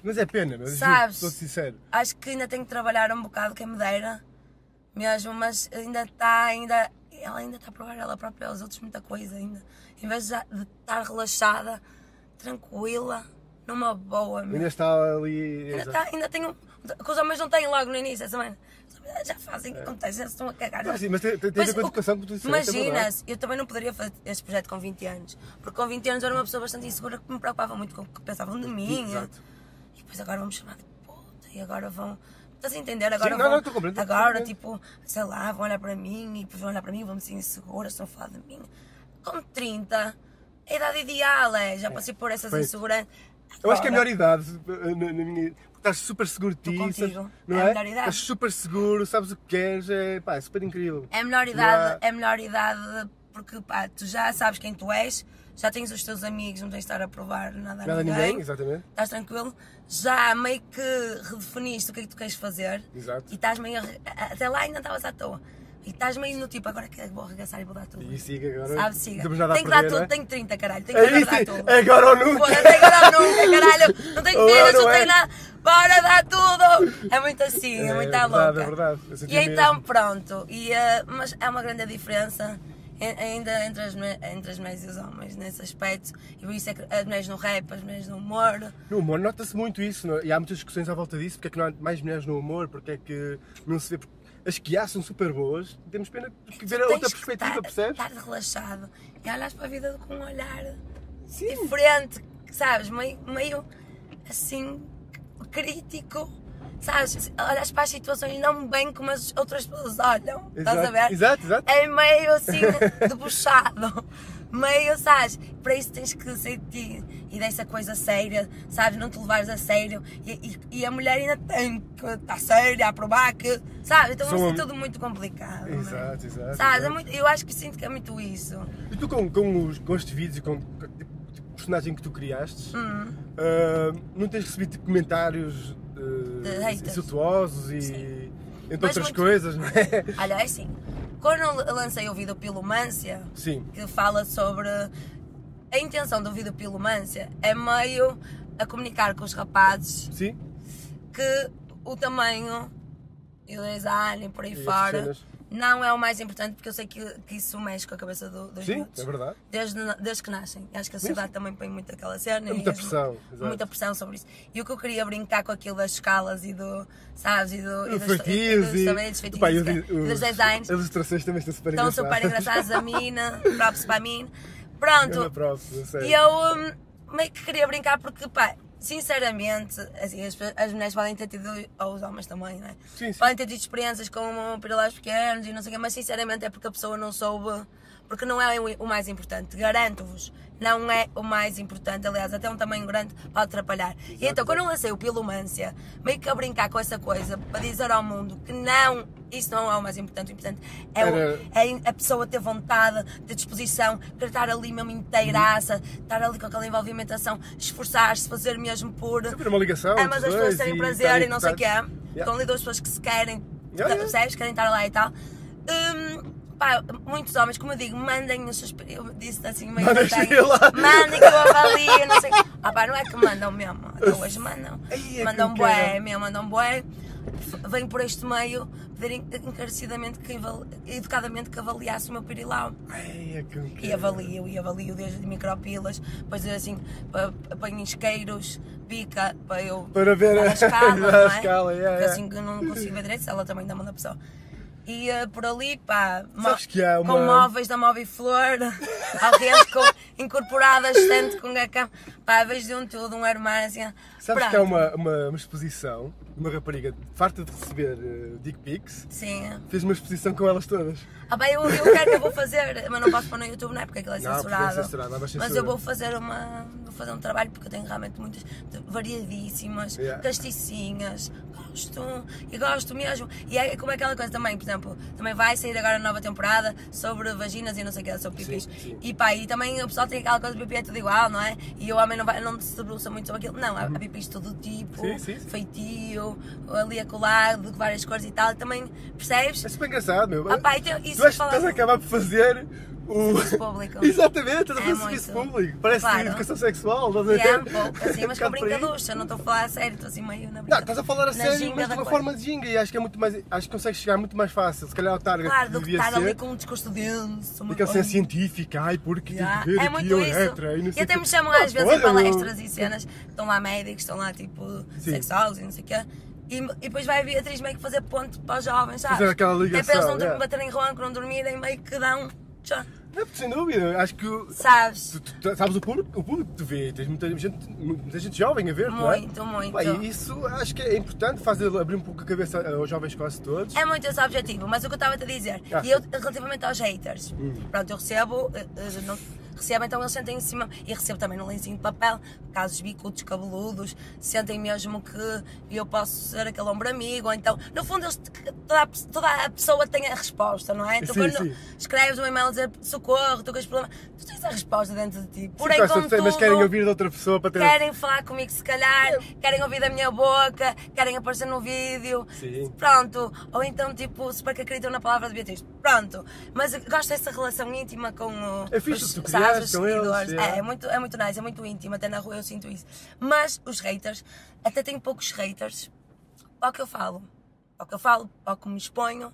Mas é pena, mas juro,
Sabes?
estou sincero.
Acho que ainda tenho que trabalhar um bocado quem me dera. Mesmo, mas ainda está, ainda. Ela ainda está a provar ela própria aos outros muita coisa ainda. Em vez de de estar relaxada, tranquila, numa boa. meu.
Ainda está ali.
Ainda,
exato.
tá, ainda tenho. Que os homens não têm logo no início, essa mãe. Já fazem, acontece, já se estão a cagar.
É. Não, sim, mas tem, tem, tem a ver com a
o-
educação que tu disseste. é
Imagina,
verdade.
eu também não poderia fazer este projeto com 20 anos. Porque com 20 anos eu era uma pessoa bastante insegura que me preocupava muito com o que pensavam de mim.
Exato.
E depois agora vão me chamar de puta e agora vão. Estás a entender? Agora
não,
vão.
não, estou completamente-
agora,
completamente.
tipo, sei lá, vão olhar para mim e depois vão olhar para mim e vão me sentir insegura, estão a falar de mim. Com 30, é a idade ideal, é. Já passei por essas
perfeito.
inseguranças.
Eu acho que é a
Agora-
melhor idade. eh, Na, na minha... Porque estás super seguro de ti.
Estou
sabes-
contigo.
Não
É a
é?
melhor idade.
Estás super seguro, sabes o que queres, é, pá, é super incrível.
É a melhor
Não
idade,
há-
é a melhor idade porque pá, tu já sabes quem tu és, já tens os teus amigos, não tens de estar a provar nada a
Nada a
ninguém.
ninguém, exatamente.
Estás tranquilo? Já meio que redefiniste o que é que tu queres fazer
Exato.
e estás meio. a- a- Até lá ainda estavas à toa. E estás meio no tipo, agora que vou arregaçar e vou dar tudo.
E siga agora.
Sabe, siga.
Não temos nada a
Tenho que dar
perder,
tudo,
não é?
tenho 30, caralho. Tenho que
É
agora
isso,
dar tudo.
é agora ou nunca.
Porra, tem que dar nunca, caralho. Não tenho
Ou
filhos,
não
não
é?
tenho nada. Bora dar tudo. É muito assim, é,
É
muito à
verdade,
louca.
é verdade. Eu senti
E então,
mesmo.
pronto. E, eh, mas há uma grande diferença en- ainda entre as, mulher- entre as mulheres e os homens nesse aspecto. E por isso é que as mulheres no rap, as mulheres no humor.
No humor nota-se muito isso, não é? e há muitas discussões à volta disso, porque é que não há mais mulheres no humor, porque é que não se vê. porque As que há são super boas, temos pena de ver a outra
Tens É que
perspectiva,
estar-
percebes?
Estar relaxado e olhas para a vida com um olhar
Sim.
diferente, sabes? Meio, meio assim crítico, sabes? Olhas para as situações não bem como as outras pessoas olham, estás a
Exato,
ver?
exato, exato.
É meio assim debochado, meio, sabes? Para isso tens que ser de ti e dessa coisa séria, sabes? Não te levares a sério e, e- e a mulher ainda tem que estar séria a provar que, sabes? Então
Sou
isso é
um-
tudo muito complicado. não é?
Exato, exato.
Sabes, é
exato.
muito- eu acho que sinto que é muito isso.
E tu com, com, os, com estes vídeos e com com o tipo de personagem que tu criaste,
Hum.
ah, não tens recebido tipo, comentários
De
ah,
haters.
insultuosos e
Sim.
entre
Mas
outras
muito-
coisas, não é?
Olha, é assim, quando eu lancei o vídeo Pilumância,
Sim.
que fala sobre a intenção do vídeo Pilumância, é meio a comunicar com os rapazes
Sim?
que o tamanho e o design e por aí
essas
fora
cenas.
não é o mais importante porque eu sei que, que isso mexe com a cabeça do, dos
Sim,
miúdos.
é verdade.
Desde, desde que nascem. Acho que a sociedade também põe muito aquela cena.
É
e
muita
as-
pressão, exato.
Muita pressão sobre isso. E o que eu queria brincar com aquilo das escalas e do. Sabes? E do.
E
e dos- e
feitios
dos-
e.
também dos feitios
Pá, e
e
os-
dos- e dos
os-
designs.
As ilustrações também estão super
Estão
engraçadas. é
super engraçados a mina, props para mim.
Ganda
Pronto,
props, eu sei.
e eu hum, meio que queria brincar porque, pá, sinceramente, assim, as, pe- as mulheres podem ter tido, ou os homens também, né?
Sim, sim.
um é Podem ter tido experiências com pirilaus pequenos e não sei o quê, mas sinceramente é porque a pessoa não soube porque não é o- o mais importante, garanto-vos. Não é o mais importante, aliás, até um tamanho grande pode atrapalhar. E então, quando eu lancei o Pilumância, meio que a brincar com essa coisa, para dizer ao mundo que não, isso não é o mais importante. O importante é, o-
Era-
é a pessoa ter vontade, ter disposição, querer estar ali mesmo inteiraça, estar ali com aquela envolvimentação, esforçar-se, fazer mesmo por.
Sempre uma ligação. entre
Ambas as
os
pessoas
dois
terem
e tá
prazer e
estarem
não sei o que é.
conectados.
Estão ali duas pessoas que se querem, tá,
Yeah,
percebes? Querem estar lá e tal. Hum, pá, muitos homens, como eu digo, mandem os seus. Eu disse assim, meio
Mandem
que eu tenho,
estrelas.
Mandem que eu avalio, não sei. Ah, pá, não é que mandam mesmo. Então hoje mandam.
Ai, é que
mandam
eu
bué,
quero.
mesmo, mandam bué. F- Venho por este meio pedir encarecidamente, que, aval- educadamente, que avaliasse o meu pirilau.
Ai, é que eu
E
quero.
avalio, e avalio desde micropilas, depois assim, pa- apanho isqueiros, pica, para eu.
Para ver a-
dar a escala,
dar a
não é?
escala, yeah,
Porque
yeah.
assim que eu não consigo ver direito, se ela também dá uma da pessoa. E eh, por ali, pá, mo-
Sabes que há uma-
com móveis da Móvel Flor, ao rente com incorporadas, estante com gacam, pá, vejo de um tudo, um armário assim.
Sabes
pronto.
que há uma, uma, uma exposição de uma rapariga farta de receber eh, dick pics,
Sim.
fez uma exposição com elas todas.
Ah, bem, eu, eu quero que eu vou fazer, mas não posso pôr no YouTube, não é? Porque aquilo é
Não, porque é
censurado.
censurado, há uma
mas
censura.
eu vou fazer uma. Vou fazer um trabalho porque eu tenho realmente muitas de- variadíssimas,
Yeah.
casticinhas. Gosto, e gosto mesmo. E é como aquela coisa também, por exemplo, também vai sair agora a nova temporada sobre vaginas e não sei o que, sobre pipis.
Sim, sim.
E pá, e também o pessoal tem aquela coisa de pipi é tudo igual, não é? E o homem não, vai, não se debruça muito sobre aquilo. Não, há, há pipis de todo o tipo,
Uhum. Sim, sim, sim.
feitio, ali a colar, de várias cores e tal. E também, percebes?
É super engraçado, meu.
Ah pá, então, isso
tu és,
falar-
estás a acabar por fazer o.
Serviço público.
Exatamente, estás a fazer
É
serviço
muito.
público. Parece
Claro.
educação sexual, estás a
E é um
ver?
pouco assim, mas com
Bocado por aí.
brincaducha, não estou a falar a sério, estou assim meio na brincadeira.
Não, estás a falar a
na
sério,
ginga
mas de
da
uma
coisa.
forma de ginga e acho que é muito mais. Acho que consegues chegar muito mais fácil. Se calhar o target
Claro, do que
devia
estar
ser.
ali com um discurso denso. uma
Aquele
coisa-
ser científico, ai, porque
Yeah,
tem que ver
É
aqui
muito
a
isso.
letra e não
E
sei o
até
quê.
me chamam
Ah,
às vezes
olha,
em
meu.
palestras e cenas. Estão lá médicos, estão lá tipo
Sim.
sexólogos e não sei o quê. E, e depois vai a Beatriz meio que fazer ponto para os jovens, sabes?
Fazer aquela
Até para eles
ligação,
não
yeah.
baterem ronco, não dormirem, meio que dão. tchá,
Não, é sem dúvida, acho que. o-
Sabes?
Tu, tu- tu- sabes o público, o público te vê, tens muita gente, muita gente jovem a ver, não é?
Muito, muito.
Pá, e isso acho que é importante, faz abrir um pouco a cabeça aos jovens quase todos.
É muito esse o objetivo, mas o que eu estava a te dizer,
Ah. Hum.
e eu relativamente aos haters, pronto, eu recebo, eh, eh, não- recebo, então eles sentem em cima, e recebo também no lencinho de papel, casos bicudos, cabeludos, sentem mesmo que eu posso ser aquele ombro amigo, ou então, no fundo, eles- toda, a, pe- toda a pessoa tem a resposta, não é? Tu
Sim,
quando
sim.
escreves um e-mail a dizer socorro, tu com este problema, tu tens a resposta dentro de ti, porém,
Gostam de
contudo,
ser, mas querem ouvir de outra pessoa para ter.
querem falar comigo se calhar, querem ouvir da minha boca, querem aparecer no vídeo,
Sim.
pronto, ou então tipo, super que acreditam na palavra de Beatriz, pronto, mas eu gosto dessa relação íntima com o,
É fixe
os,
tu criares
sabes, os
com eles,
seguidores,
yeah.
é, é muito, é muito nice, é muito íntimo, até na rua eu sinto isso, mas os haters, até tenho poucos haters, ao que eu falo, ao que eu falo, ao que me exponho,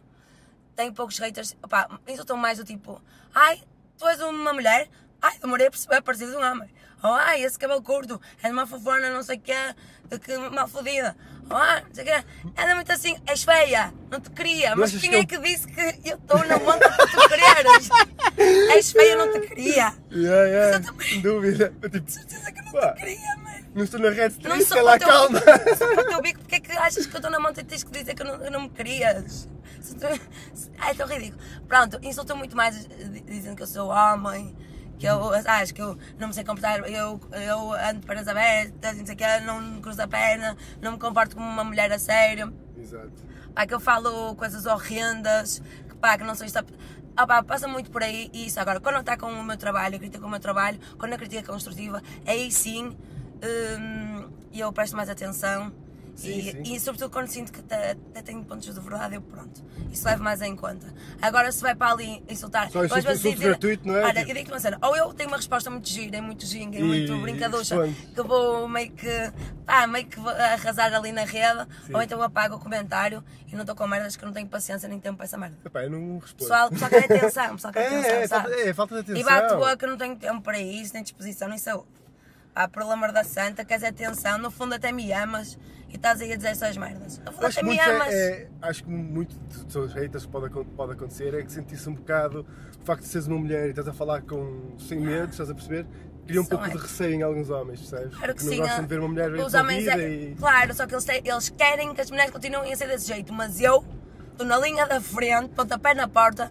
tenho poucos haters. Opá, insultam mais do tipo, ai, tu és uma mulher, ai, demorei a perceber, parecido de um homem. Ou ai, esse cabelo curto, és uma fofona, não sei o quê, de que mal fodida. Ou ai, não sei o quê, anda muito assim, és feia, não te queria. Mas
achas
quem
que eu-
é que disse que eu estou na monta que tu quereres? és feia, não te queria.
Yeah, yeah,
Mas eu também-
sem dúvida. Eu, tipo,
Certeza que não
Pá.
te queria, mãe.
não estou na rede
Não
street,
sou
calma,
para o
é calma.
teu, sou para o teu bico, porque é que achas que eu estou na monta e tens que dizer que eu não, eu não me querias? Se tu- se- Ai, é tão ridículo. Pronto, insultam muito mais eh, di- dizendo que eu sou homem, que eu, eh, sabes, que eu não me sei comportar, eu, eu ando de pernas abertas, não sei o quê, não me cruzo a perna, não me comporto como uma mulher a sério
Exato.
pá, que eu falo coisas horrendas, que pá, que não sei estar. Ah, pá, passa muito por aí e isso. Agora, quando não está com o meu trabalho, eu critico o meu trabalho, quando a crítica é construtiva, aí sim hum, eu presto mais atenção. e,
Sim, sim.
e sobretudo quando sinto que até, até tenho pontos de verdade, eu pronto, isso levo mais em conta. Agora se vai para ali insultar,
Só
eu às
insulto-
vezes
insulto
digo-
gratuito, não é?
Olha,
Tipo-
eu digo-te uma cena, ou eu tenho uma resposta muito gira, e muito ginga, e
E
muito brincaducha,
respondes.
que vou meio que, pá, meio que vou arrasar ali na rede,
Sim.
ou então eu apago o comentário e não estou com merdas que eu não tenho paciência nem tempo para essa merda.
Epá, eu não respondo.
Pessoal, pessoal quer atenção, pessoal quer atenção,
é, é,
sabe?
falta, é, falta de atenção.
E bate boa que eu não tenho tempo para isso, nem disposição, nem saúde. Pá, pelo amor da santa, queres atenção, no fundo até me amas e estás aí a dizer essas merdas. No fundo
acho
até
que
me
muito,
amas.
é, é- acho que muito de pessoas haters pode, acon- pode acontecer é que sentisse um bocado o facto de seres uma mulher e estás a falar com sem medo, estás a perceber? Cria um
São
pouco de
é.
receio em alguns homens, percebes?
Claro que
não
sim.
gostam
ah,
de ver uma mulher
os homens
resolvida
é-
e.
Claro, só que eles, têm- eles querem que as mulheres continuem a ser desse jeito, mas eu estou na linha da frente, pontapé na porta,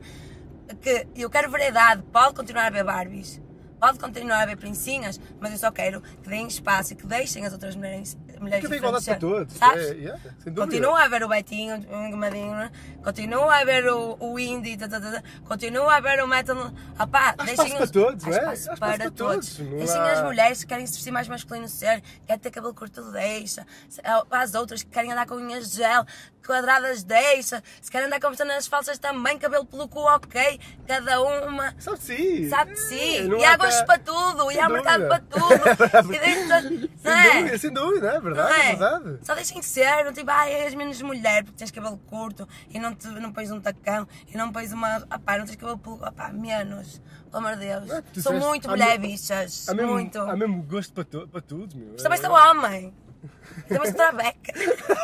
que eu quero variedade, pode continuar a ver Barbies, pode continuar a ver princinhas, mas eu só quero que deem espaço e que deixem as outras mulheres. mulheres
Porque tem
diferenciar,
igualdade para todos.
sabes?
É, yeah, sem dúvida.
Continua a ver o Betinho, o Gomadinho, né? continua a ver o, o Indie, tá, tá, tá, tá. continua a ver o Metal. Opá,
Há
deixem
espaço para
os-
todos,
há
não é?
espaço
Há espaço
para,
para
todos.
todos, não
Deixem
há-
as mulheres que querem se vestir mais masculino ser, querem ter cabelo curto, deixa. Se- ah, As outras que querem andar com unhas de gel, quadradas, deixa. Se querem andar com pestanas falsas também, cabelo pelo cu, ok. Cada uma.
Sabe de si.
Sabe de si,
É, não
e
há
há gosto
cá-
para tudo, e
Sem
há mercado para
dúvida.
tudo, e dentro, não
Sem
é?
dúvida, sem dúvida, é verdade,
Não
é verdade.
Só deixem ser, não tipo, ai, és menos mulher porque tens cabelo curto e não, te, não pões um tacão e não pões uma. Ah, pá, não tens cabelo pelo. Ah, pá, menos. Pelo amor de Deus.
Não é que tu
Sou
disseste,
muito
há
mulher,
me-
bichas.
Há mesmo,
muito.
há mesmo gosto para, to- para tudo, meu.
Mas Também
É-
sou homem. Também sou trabeca. também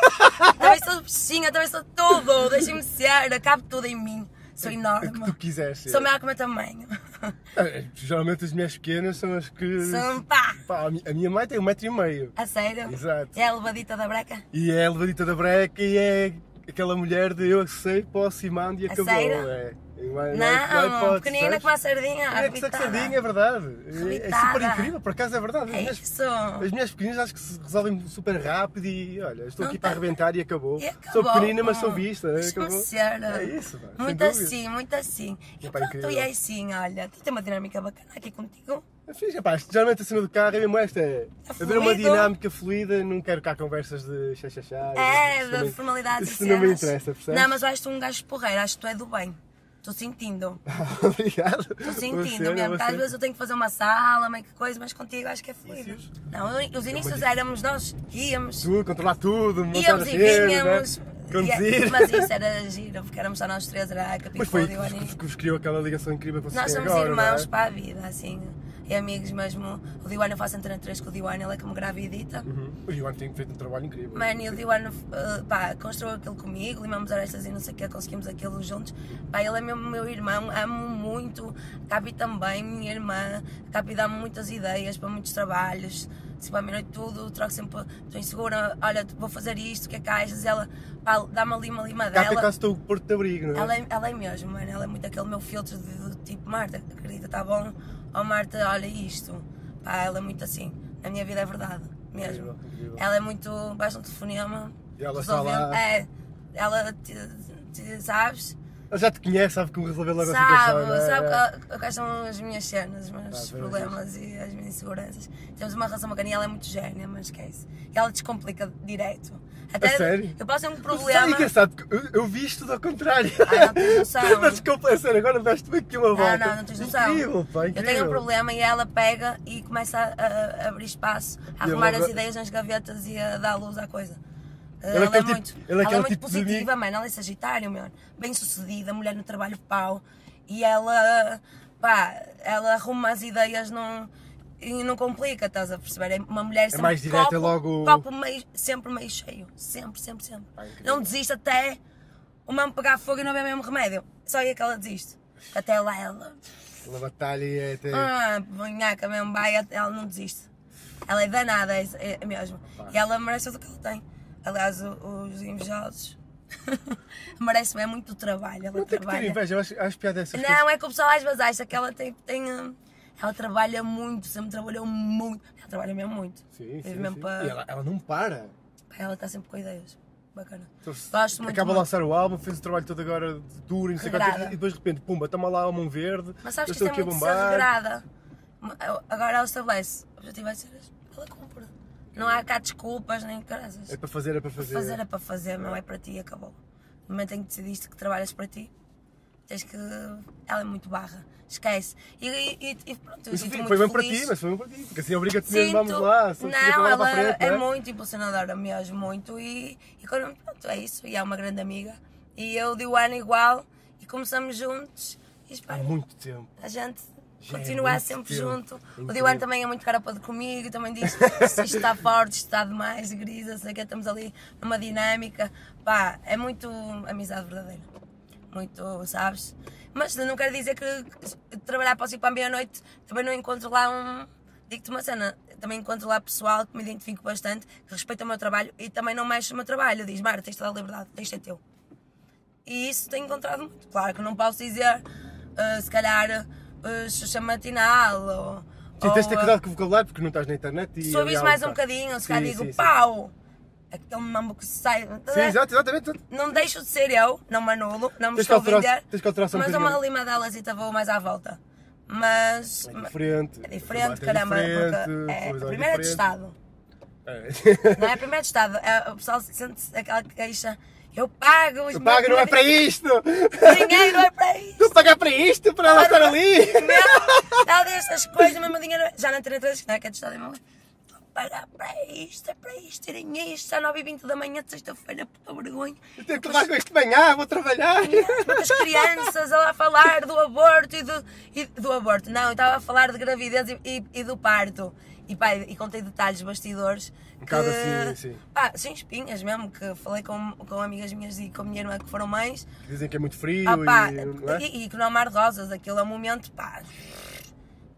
sou bichinha, também sou tudo. Deixem-me ser, cabe tudo em mim. Sou
O que
enorme.
tu quiseres ser.
Sou maior que o meu tamanho.
É, Geralmente as mulheres pequenas são as que.
Sou pá.
Pá, a mi- a minha mãe tem um metro e meio.
A sério?
Exato.
É a levadita da breca?
E é a levadita da breca e é aquela mulher de eu sei, posso e mando e
A
acabou.
sério?
É. E vai- vai- vai
Não,
pode,
pequenina
sabes?
como a sardinha.
É que
coitada.
sardinha, é verdade. É- É,
Coitada.
super incrível, por acaso é verdade. As
É
minhas,
isso.
as minhas pequeninas acho que se resolvem super rápido e olha, estou
Não
aqui para
tá.
arrebentar e acabou.
E acabou.
Sou pequenina, mas sou
Hum.
vista. né?
Deixa-me
Acabou.
ser.
É isso, pá, sem
Muito
dúvida.
assim, muito assim. E
É pá,
pronto,
incrível.
e é assim, olha. Tu tens uma dinâmica bacana aqui contigo.
É fixe, pá, isto geralmente a cena do carro é mesmo esta. É
É
haver uma
fluido.
dinâmica fluida, não quero cá conversas de chá chá chá.
É,
isso
da
também-
formalidade
Isso não me interessa, percebes?
Não, mas eu acho que tu um gajo porreiro, acho que tu é do bem. Estou sentindo.
Obrigado.
Estou
Você, né,
sentindo mesmo.
você.
porque Às vezes eu tenho que fazer uma sala, meio que coisa, mas contigo acho que é fluido.
Inícios?
Não, eu- os inícios éramos nós que íamos.
Tudo, controlar tudo, montar
Íamos
as
e
redes,
vinhamos.
né?
E- é-
conduzir.
Mas isso era giro, porque éramos só nós três, era a
Mas foi
Capicúlio e o Aninho.
que que vos criou aquela ligação incrível que vocês
Nós
têm
somos
agora,
irmãos
não é?
para a vida, assim. E amigos mesmo. O Diwan eu faço antena 3 com o Diwan, ele é que me gravidita.
Uhum. O Iwan tem feito um trabalho incrível.
Mano, e o Diwan, eh, pá, construiu aquilo comigo, limamos arestas e não sei o que, conseguimos aquilo juntos. Pá, ele é mesmo meu irmão, amo muito. Capi também, minha irmã. Capi dá-me muitas ideias para muitos trabalhos. Se para mim noite tudo, troco sempre, estou insegura, olha, vou fazer isto, o que é que achas? Ela, pá, dá-me ali uma limadela.
Cá tem quase todo o porto de abrigo, não é?
Ela é, ela é mesmo, mano. Ela é muito aquele meu filtro de, de tipo, Marta, acredita, tá bom? Oh, Marta, olha isto. Pá, ela é muito assim. Na minha vida é verdade, mesmo.
Incrível, incrível.
Ela é muito. Basta um telefonema.
E ela está
resolve-
lá.
É, ela. te- te- sabes?
Ela já te conhece, sabe como resolver logo a
Sabe,
situação, não é?
sabe
É.
qual- quais são as minhas cenas, os meus
Ah, bem,
problemas e as minhas inseguranças. Temos uma relação bacana e ela é muito gênia, mas esquece. E ela descomplica direto.
sério?
Eu posso ter um
Sabe,
problema.
engraçado, que é eu, eu vi isto tudo ao contrário.
Ah, não tens noção.
Mas desculpa, é sério, agora deste-me aqui uma
Não,
volta.
não, não tens noção.
Incrível, pá,
eu
incrível.
tenho um problema e ela pega e começa a, a- a abrir espaço, a
E
arrumar
ela-
as ideias nas gavetas e a dar luz à coisa. Uh,
Ela é
Ela, é
aquele
muito,
tipo- ela
ela
é
é
aquele
muito
tipo de
positiva, mano. Ela é Sagitário, meu. Bem sucedida, mulher no trabalho, pau. E ela, pá, ela arruma as ideias num, e não complica, estás a perceber? É uma mulher sempre.
mais direta,
copo,
é logo-
Copo meio- sempre meio cheio. Sempre, sempre, sempre.
Ah, incrível.
não desiste até o mamo pegar fogo e não beber mesmo remédio. Só aí é que ela desiste. Até lá ela.
Pela batalha e é até.
Ah, bonhaca mesmo, vai, ela não desiste. Ela é danada, é, é mesmo. E ela merece tudo o que ela tem. Aliás, o- os invejosos. merece é muito trabalho. Ela
não tem que ter
trabalha.
inveja, eu acho, acho piada essas coisas.
não, é que o pessoal às vezes acha que ela tem. tem hum, ela trabalha muito, sempre trabalhou muito. Ela trabalha mesmo muito.
Sim,
Teve
sim,
mesmo
sim.
para-
E ela, ela não para.
Pá, Ela está sempre com ideias. Bacana.
Então,
Gosto muito.
Acaba de
muito.
lançar o álbum, fez o trabalho todo agora de duro e não sei quantas,
Regrada.
e depois de repente, pumba, toma lá a mão verde.
Mas sabes
eu
que isto
estou
é
aqui a
muito
bombar.
desregrada. Agora ela estabelece. O objetivo é ser. Ela cumpre. Não há cá desculpas nem caraças.
É para fazer, é para fazer.
Fazer é para fazer, não é para ti e acabou. No momento em que decidiste que trabalhas para ti, tens que. Ela é muito barra. Esquece. E, e- e pronto, eu
Isso
sinto
foi,
muito
foi bem para
feliz.
ti, mas foi bem para ti, porque assim obriga-te mesmo,
Sinto...
vamos lá. se quiser
não,
para lá,
ela
para a frente, né?
é
não
muito impulsionadora mesmo, muito. E, e quando, pronto, é isso. E é uma grande amiga. E eu de ano igual. E começamos juntos.
Há
E espero
Ah, muito tempo.
a gente
Já é
continuar
muito
sempre
tempo.
junto. O
Incrível.
Diwan também é muito carapado comigo, também diz se isto está forte, isto está demais, grisa, sei que estamos ali numa dinâmica. Pá, é muito amizade verdadeira. Muito, sabes? Mas não quero dizer que que trabalhar para o 5 para a meia-noite também não encontro lá um. Digo-te uma cena, também encontro lá pessoal que me identifico bastante, que respeita o meu trabalho e também não mexe no meu trabalho. Diz, Mara, tens toda a liberdade, deixa teu. E isso tenho encontrado muito. Claro que não posso dizer ah, se calhar, ah, Xuxa Matinal ou.
Sim, tens de ter
ou,
cuidado com o vocabulário porque não estás na internet e.
Subis
e há
Oh. mais
algo
um
que está-
bocadinho, se calhar
Sim,
digo é."
sim, sim.
pau! Aquele mambo que sai. tá
Sim, exato, É exatamente.
Não deixo de ser eu, não me anulo, não
Tens
me
que
estou a
alterar-
vender.
tens que alterar só um
mas
bocadinho.
uma lima delas e vou mais à volta. Mas.
É diferente.
É
o
diferente,
formato é
caramba.
diferente,
porque é,
televisão
primeiro é
diferente.
de Estado.
É.
Não é primeiro de Estado. É, o pessoal sente aquela queixa. Eu pago os
Tu paga, não é para isto!
Dinheiro é para isso.
Tu pagar para isto, para ela estar ali!
Meu, ela diz estas coisas, mas o meu dinheiro. Já não tenho três, não é que é de Estado, irmão. Vou pagar para isto, é para isto, tirem isto, já 9 e 20 da manhã, de sexta-feira, puta vergonha.
Eu tenho que levar com isto de manhã, vou trabalhar!
Muitas crianças a lá falar do aborto e do. e do aborto, não, eu estava a falar de gravidez e, e- e do parto. E pá, e contei detalhes bastidores. Um
bocado assim, sim.
Pá, sem espinhas mesmo, que falei com, com amigas minhas e com a minha irmã que foram mães.
Dizem que é muito frio
Ah, pá,
e. Não é?
e, e que não há mar de rosas, aquilo é um momento, pá,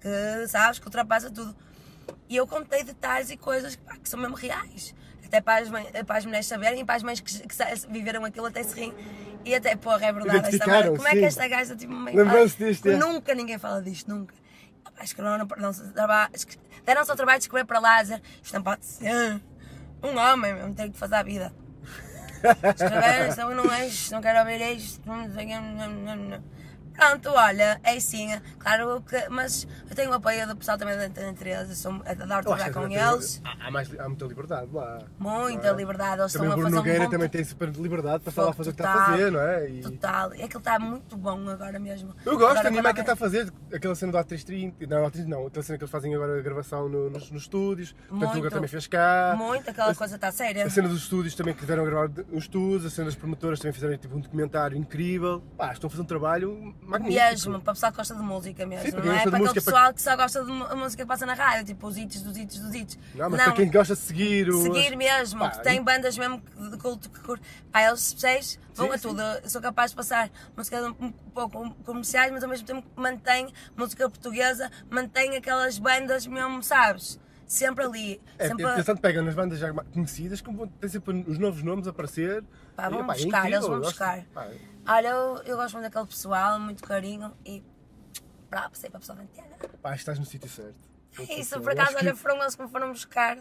que sabes, que ultrapassa tudo. E eu contei detalhes e coisas pá, que são mesmo reais. Até para as, mãe- para as mulheres saberem e para as mães que, que sa- viveram aquilo até se riem. E até, porra, é verdade. Esta
Identificaram,
mulher, como é que
sim.
esta gaja tipo, meio
Lembrou-se
fala-
disto,
que
é.
Nunca ninguém fala disto, nunca. Ah, pá, escreveram, não, se traba- esque- deram-se ao trabalho de escrever para Lázaro. Isto não pode ser. Um homem mesmo tem que fazer a vida. Escreveram, são não és, não quero ouvir isto. não sei o quê, não, não, não. Pronto, olha, é sim, claro que. Mas eu tenho o apoio do pessoal também da Antena 13, eu sou a dar
Eu acho que
trabalho com
também tem-
eles.
Há, há mais, há muita liberdade lá.
Muita
não é?
liberdade, eles
Também o
estão a
Bruno
fazer um
Nogueira
bom
também
tra-
tem super liberdade para falar, fazer o que está a
Total,
fazer, não é? E-
Total, é que ele está muito bom agora mesmo.
Eu gosto,
Agora,
a minha
quando é
mãe que está
alguém-
a fazer aquela cena do Atriz 30, não, Atriz não, aquela cena que eles fazem agora a gravação no- nos, nos estúdios, portanto o Tuga
Muito.
também fez cá.
Muito, aquela coisa está séria.
A cena dos estúdios também que tiveram a gravar de- os estúdios, a cena das promotoras também fizeram tipo um documentário incrível. Pá, estão a fazer um trabalho magnífico.
Mesmo, para o pessoal que gosta de música mesmo,
Sim, para quem
não é?
gosta de
Para aquele
música, para-
pessoal que só gosta de mu- música que passa na rádio, tipo os hits dos hits dos hits.
Não, mas para quem gosta de seguir o.
seguir mesmo,
Pá,
que tem bandas mesmo de culto que curto. Pá, eles vocês vão
Sim,
a tudo. Eu sou capaz de passar música um pouco comerciais, mas ao mesmo tempo mantém música portuguesa, mantém aquelas bandas mesmo, sabes? Sempre ali.
É,
sempre...
é, tanto pegam nas bandas já conhecidas como tem sempre os novos nomes a aparecer.
Pá,
E,
vão
pá, é
buscar,
incrível,
eles vão
eu gosto.
buscar.
Pá, é-
Olha, eu, eu gosto muito daquele pessoal, muito carinho e. Pá, passei para a pessoa da antena.
pá, estás no sítio certo.
É isso,
Eu
por
acho
acaso,
que
olha, foram eles que me foram buscar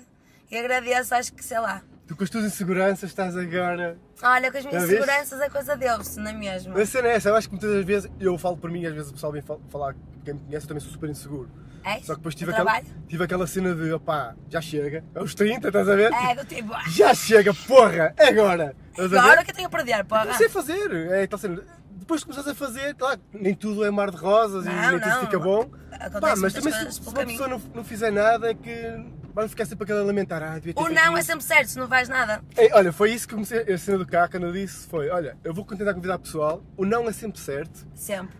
e agradeço, acho que sei lá.
Tu com as tuas inseguranças estás agora.
Olha, com as minhas
Já viste?
seguranças a coisa deu-se, não é mesmo?
A cena é essa, eu acho que muitas das vezes, eu falo por mim, às vezes o pessoal vem fal- falar, quem me conhece, eu também sou super inseguro.
É?
Só que depois
Do
tive aquela,
trabalho?
tive aquela cena de, opá, já chega, aos 30, estás a ver?
É, do tipo. "Ah,
Já chega, porra, é agora! Estás a
Agora o
ver?
que eu tenho a perder, porra.
Não sei fazer, é tal cena. Depois que começas a fazer, claro, nem tudo é mar de rosas e
Não,
nem tudo
não.
fica bom.
Acontece
Pá, mas
muitas
também se,
coisas
se
pelo
uma
caminho.
pessoa não, não fizer nada, é que vai ficar sempre aquela a lamentar, ah, devia ter
O
feito
não é
isto.
sempre certo, se não vais nada.
Ei, olha, foi isso que comecei a cena do cá, quando eu disse, foi, olha, eu vou tentar convidar pessoal, o não é sempre certo,
Sempre.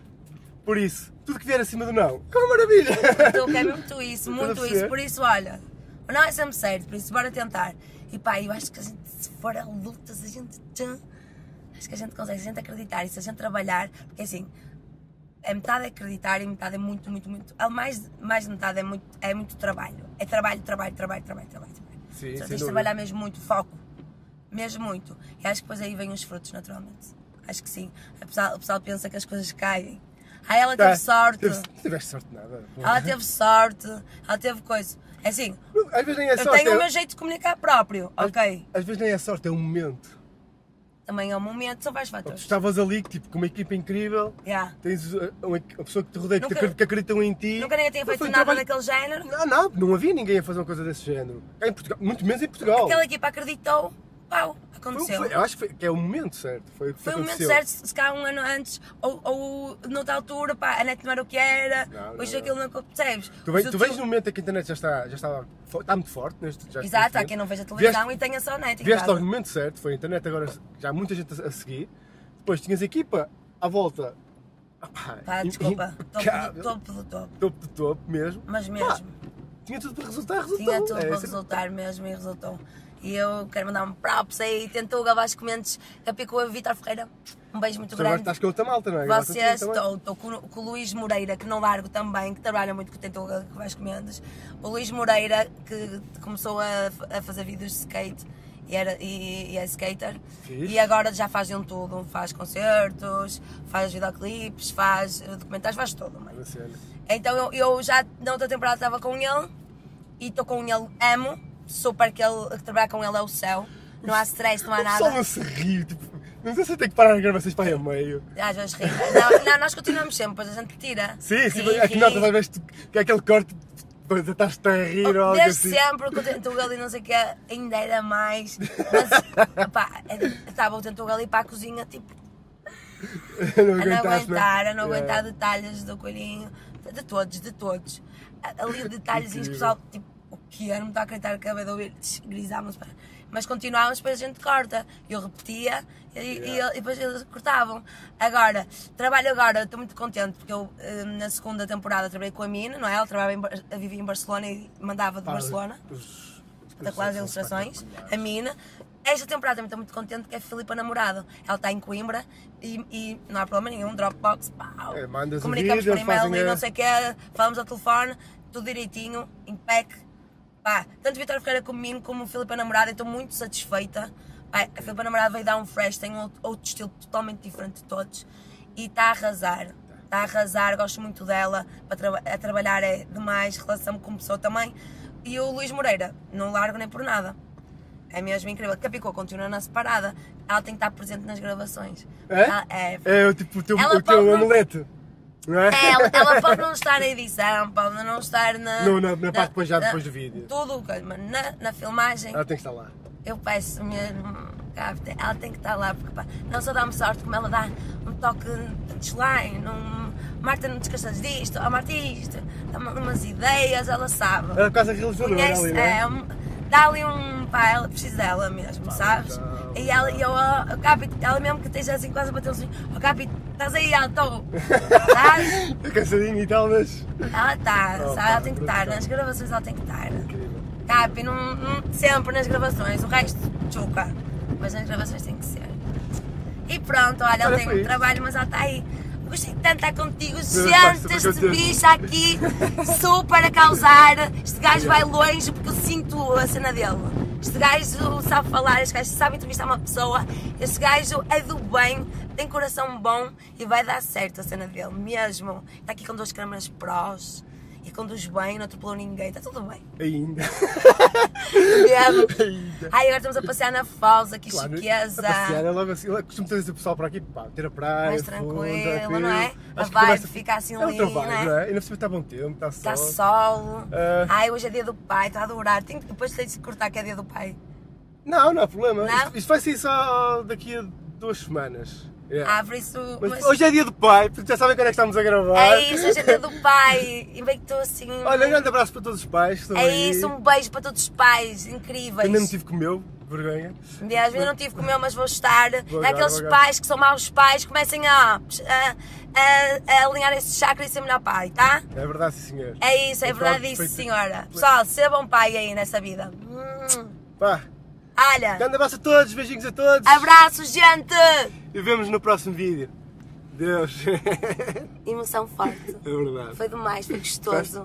Por isso, tudo que vier acima do não, que é uma maravilha!
Então, é muito isso,
Então,
muito
deve
isso.
ser.
Por isso, olha, o não é sempre certo, por isso, bora tentar. E pá, eu acho que a gente, se for a luta, se a gente. tchan, Acho que a gente consegue, se a gente acreditar e se a gente trabalhar, porque assim, a metade é acreditar e metade é muito, muito, muito. A mais, mais de metade é muito, é muito trabalho. É trabalho, trabalho, trabalho, trabalho, trabalho. trabalho.
Sim,
Só
sem
tens de
dúvida.
trabalhar mesmo muito, foco. Mesmo muito. E acho que depois aí vêm os frutos, naturalmente. Acho que sim. O pessoal, o pessoal pensa que as coisas caem. Ah, ela teve
Tá,
sorte. Ah.
teve- Não tiveste sorte de nada.
Ela teve sorte, ela teve coisa. É assim,
Não, Às vezes nem é
eu
sorte.
tenho
é-
o meu jeito de comunicar próprio, ok?
Às vezes nem é sorte, é um momento.
Também é um momento, são vários
Tu
fatores.
estavas ali, tipo, com uma equipa incrível,
Yeah.
tens uh, uma, uma pessoa que te rodeia, que, te
Nunca-
acredita- que acreditam em ti.
Nunca ninguém tinha
Não
feito
foi um
nada
trabalho-
daquele género.
Não, não, não havia ninguém a fazer uma coisa desse género. Cá Em Portugal, muito menos em Portugal.
Aquela equipa acreditou, pau,
Foi- um
aconteceu.
foi- eu acho que, foi- que é o momento certo. Foi, o que
Foi o momento
aconteceu.
certo, se calhar um ano antes, ou, ou noutra altura, pá, a net não era o que era,
Não, não,
hoje
não.
aquilo não percebes.
Tu,
Mas
ve-
o
tu vês no momento em que a internet já está, já está, fo- está muito forte. Neste, já neste
Exato, há
momento.
quem não veja televisão
Vieste-
e tenha só net em
Vieste
casa.
logo no momento certo, foi a internet, agora já há muita gente a, a seguir. Depois tinhas a equipa à volta. Ah, pá,
Pá,
im-
desculpa, topo do
impecável.
topo do topo.
Topo de topo mesmo.
Mas
Pá,
mesmo.
tinha tudo para resultar, resultou.
Tinha tudo
É,
para
isso-
resultar mesmo e resultou. E eu quero mandar um props aí, tentou Gabás Comentes, a Pico a Vitor Ferreira. Um beijo muito
Tu agora
grande.
estás com outra malta, não é? Agora
Vocês,
estás com
estou, estou com, com o Luís Moreira, que não largo também, que trabalha muito com o Tentou Gabás Comentes. O Luís Moreira, que começou a, a fazer vídeos de skate e, era, e, e é skater.
Fixe.
E agora já faz de um tudo, faz concertos, faz videoclipes, faz eh, documentários, faz tudo, mano.
Boa cena.
Então eu, eu já na outra temporada estava com ele e estou com ele, amo, super que ele que trabalhar com ele é o céu. Não há stress, não há
O pessoal
nada.
não se ri, tipo, não sei se eu tenho que parar a gravações para aí a meio.
Às vezes ri. Não, não, nós continuamos sempre, depois a gente tira.
Sim, é sim,
Ri,
aqui
ri.
não, estás a ver isto, que é aquele corte, depois estás-te a rir ou algo
Oh, Desde
assim.
sempre que o Tentugal e não sei o que ainda era mais. Mas, opá, estava o Tentugal ir para a cozinha, tipo,
não
a
aguentaste, não
não
é?
aguentar, a
Yeah.
não aguentar detalhes do coelhinho, de todos, de todos. A- Ali detalhezinhos que o pessoal, tipo, o que é? Não me está a acreditar, acabei de ouvir, Tch, grisámos, pá. mas continuávamos, depois a gente corta. Eu repetia e, e ele- e depois eles cortavam. Agora, trabalho agora, estou muito contente porque eu eh, na segunda temporada trabalhei com a Mina, não é? Ela trabalhava em, Bar- vivia em Barcelona e mandava de
Pá,
Barcelona
os-
espetaculares
são
ilustrações, a
espetaculares.
mina. Esta temporada também estou muito contente que é a Filipa Namorado. Ela está em Coimbra e, e não há problema nenhum, Dropbox, pau.
É, mandas o
Comunicamos
vídeo,
por e-mail
fazem
e
a-
não sei o que, falamos ao telefone, tudo direitinho, em pack. Pá, tanto Vitória Ferreira como Mino como Filipa Namorado, eu estou muito satisfeita. Pá, a Filipa Namorado veio dar um fresh, tem um outro, outro estilo totalmente diferente de todos e está a arrasar. Está a arrasar, gosto muito dela, para traba- a trabalhar é demais, relação com pessoa também. E o Luís Moreira, não largo nem por nada. É mesmo incrível. Capicô continua na separada, ela tem que estar presente nas gravações.
É?
Ela- é,
É o tipo o teu,
Ela
o teu
pode-
amuleto, não é?
é, ela, ela pode não estar na edição, pode não estar na.
Não, na- na parte depois, já depois do vídeo. Ah.
Tudo, mas na, na filmagem,
Ela tem que estar lá.
eu peço mesmo. capta, Ela tem que estar lá, porque pá, não só dá-me sorte, como ela dá um toque de touchline, um. Marta, não te esqueças disto, oh, Marta, isto, dá-me umas ideias, ela sabe.
Ela é quase a realizadora
Conhece-
ali, não é?
é, um- dá ali um. pá, ela precisa dela mesmo, sabes?
legal,
E ela, e eu, ó, ó, Capi, ela mesmo que esteja assim quase a bater um sonho, oh, Capi, estás aí, ela estou. Sabes?
É. Cansadinho e tal, mas.
Ela está,
Oh,
sabe? Ela
pá,
tem que
brutal.
estar, nas gravações ela tem que tá, né? estar.
Incrível.
Capi, não, não- sempre nas gravações, o resto, chuca. Mas nas gravações tem que ser. E pronto, olha,
Olha,
ela tem
foi
um
isso.
trabalho, mas ela está aí. Gostei tanto de estar contigo,
pá,
gente,
super
este
contente.
bicho tá aqui, super a causar. Este gajo vai longe porque eu sinto a cena dele. Este gajo sabe falar, este gajo sabe entrevistar uma pessoa. Este gajo é do bem, tem coração bom e vai dar certo a cena dele, mesmo. Está aqui com duas câmeras prós e conduz bem, não atropelou ninguém, está tudo bem.
Ainda.
Mesmo.
Ainda.
Ai, agora estamos a passear na Fosa, que
Claro,
chiqueza.
a passear é logo assim. Eu costumo trazer o pessoal para aqui, pá, ter a praia.
Mais
fundo,
tranquilo,
tranquilo.
não é?
Acho
A
que
vibe
conversa-
fica assim
é
linda,
outra vibe,
não é?
não é? E não precisa estar bom tempo, está sol.
Está Tá sol.
Ah.
Ai, hoje é dia do pai, está a adorar. Tenho que depois ter de cortar que é dia do pai.
Não, não há problema.
Não?
Isto, isto vai ser só daqui a duas semanas. Yeah.
Ah, por isso.
mas,
mas-
hoje é dia do pai, portanto já sabem quando é que estamos a gravar.
É isso, hoje é dia do pai. E bem que estou assim.
Olha, um grande abraço para todos os pais. que estão
é
aí.
isso, um beijo para todos os pais, incríveis.
Ainda não tive com o meu, vergonha.
Aliás, eu não tive com o meu, mas vou estar.
Vou agora,
é aqueles
vou agora.
pais que são maus pais, comecem a, a, a, a alinhar esse chakra e ser melhor pai, tá?
É verdade, sim, senhor.
É isso, é
Concordo
verdade isso,
perfeitamente.
senhora. Pessoal, ser bom pai aí nessa vida. Hum.
Pá,
Olha,
grande abraço a todos, beijinhos a todos.
abraços, gente!
E vemos no próximo vídeo. Deus. é
Emoção forte.
verdade.
Foi demais, foi gostoso.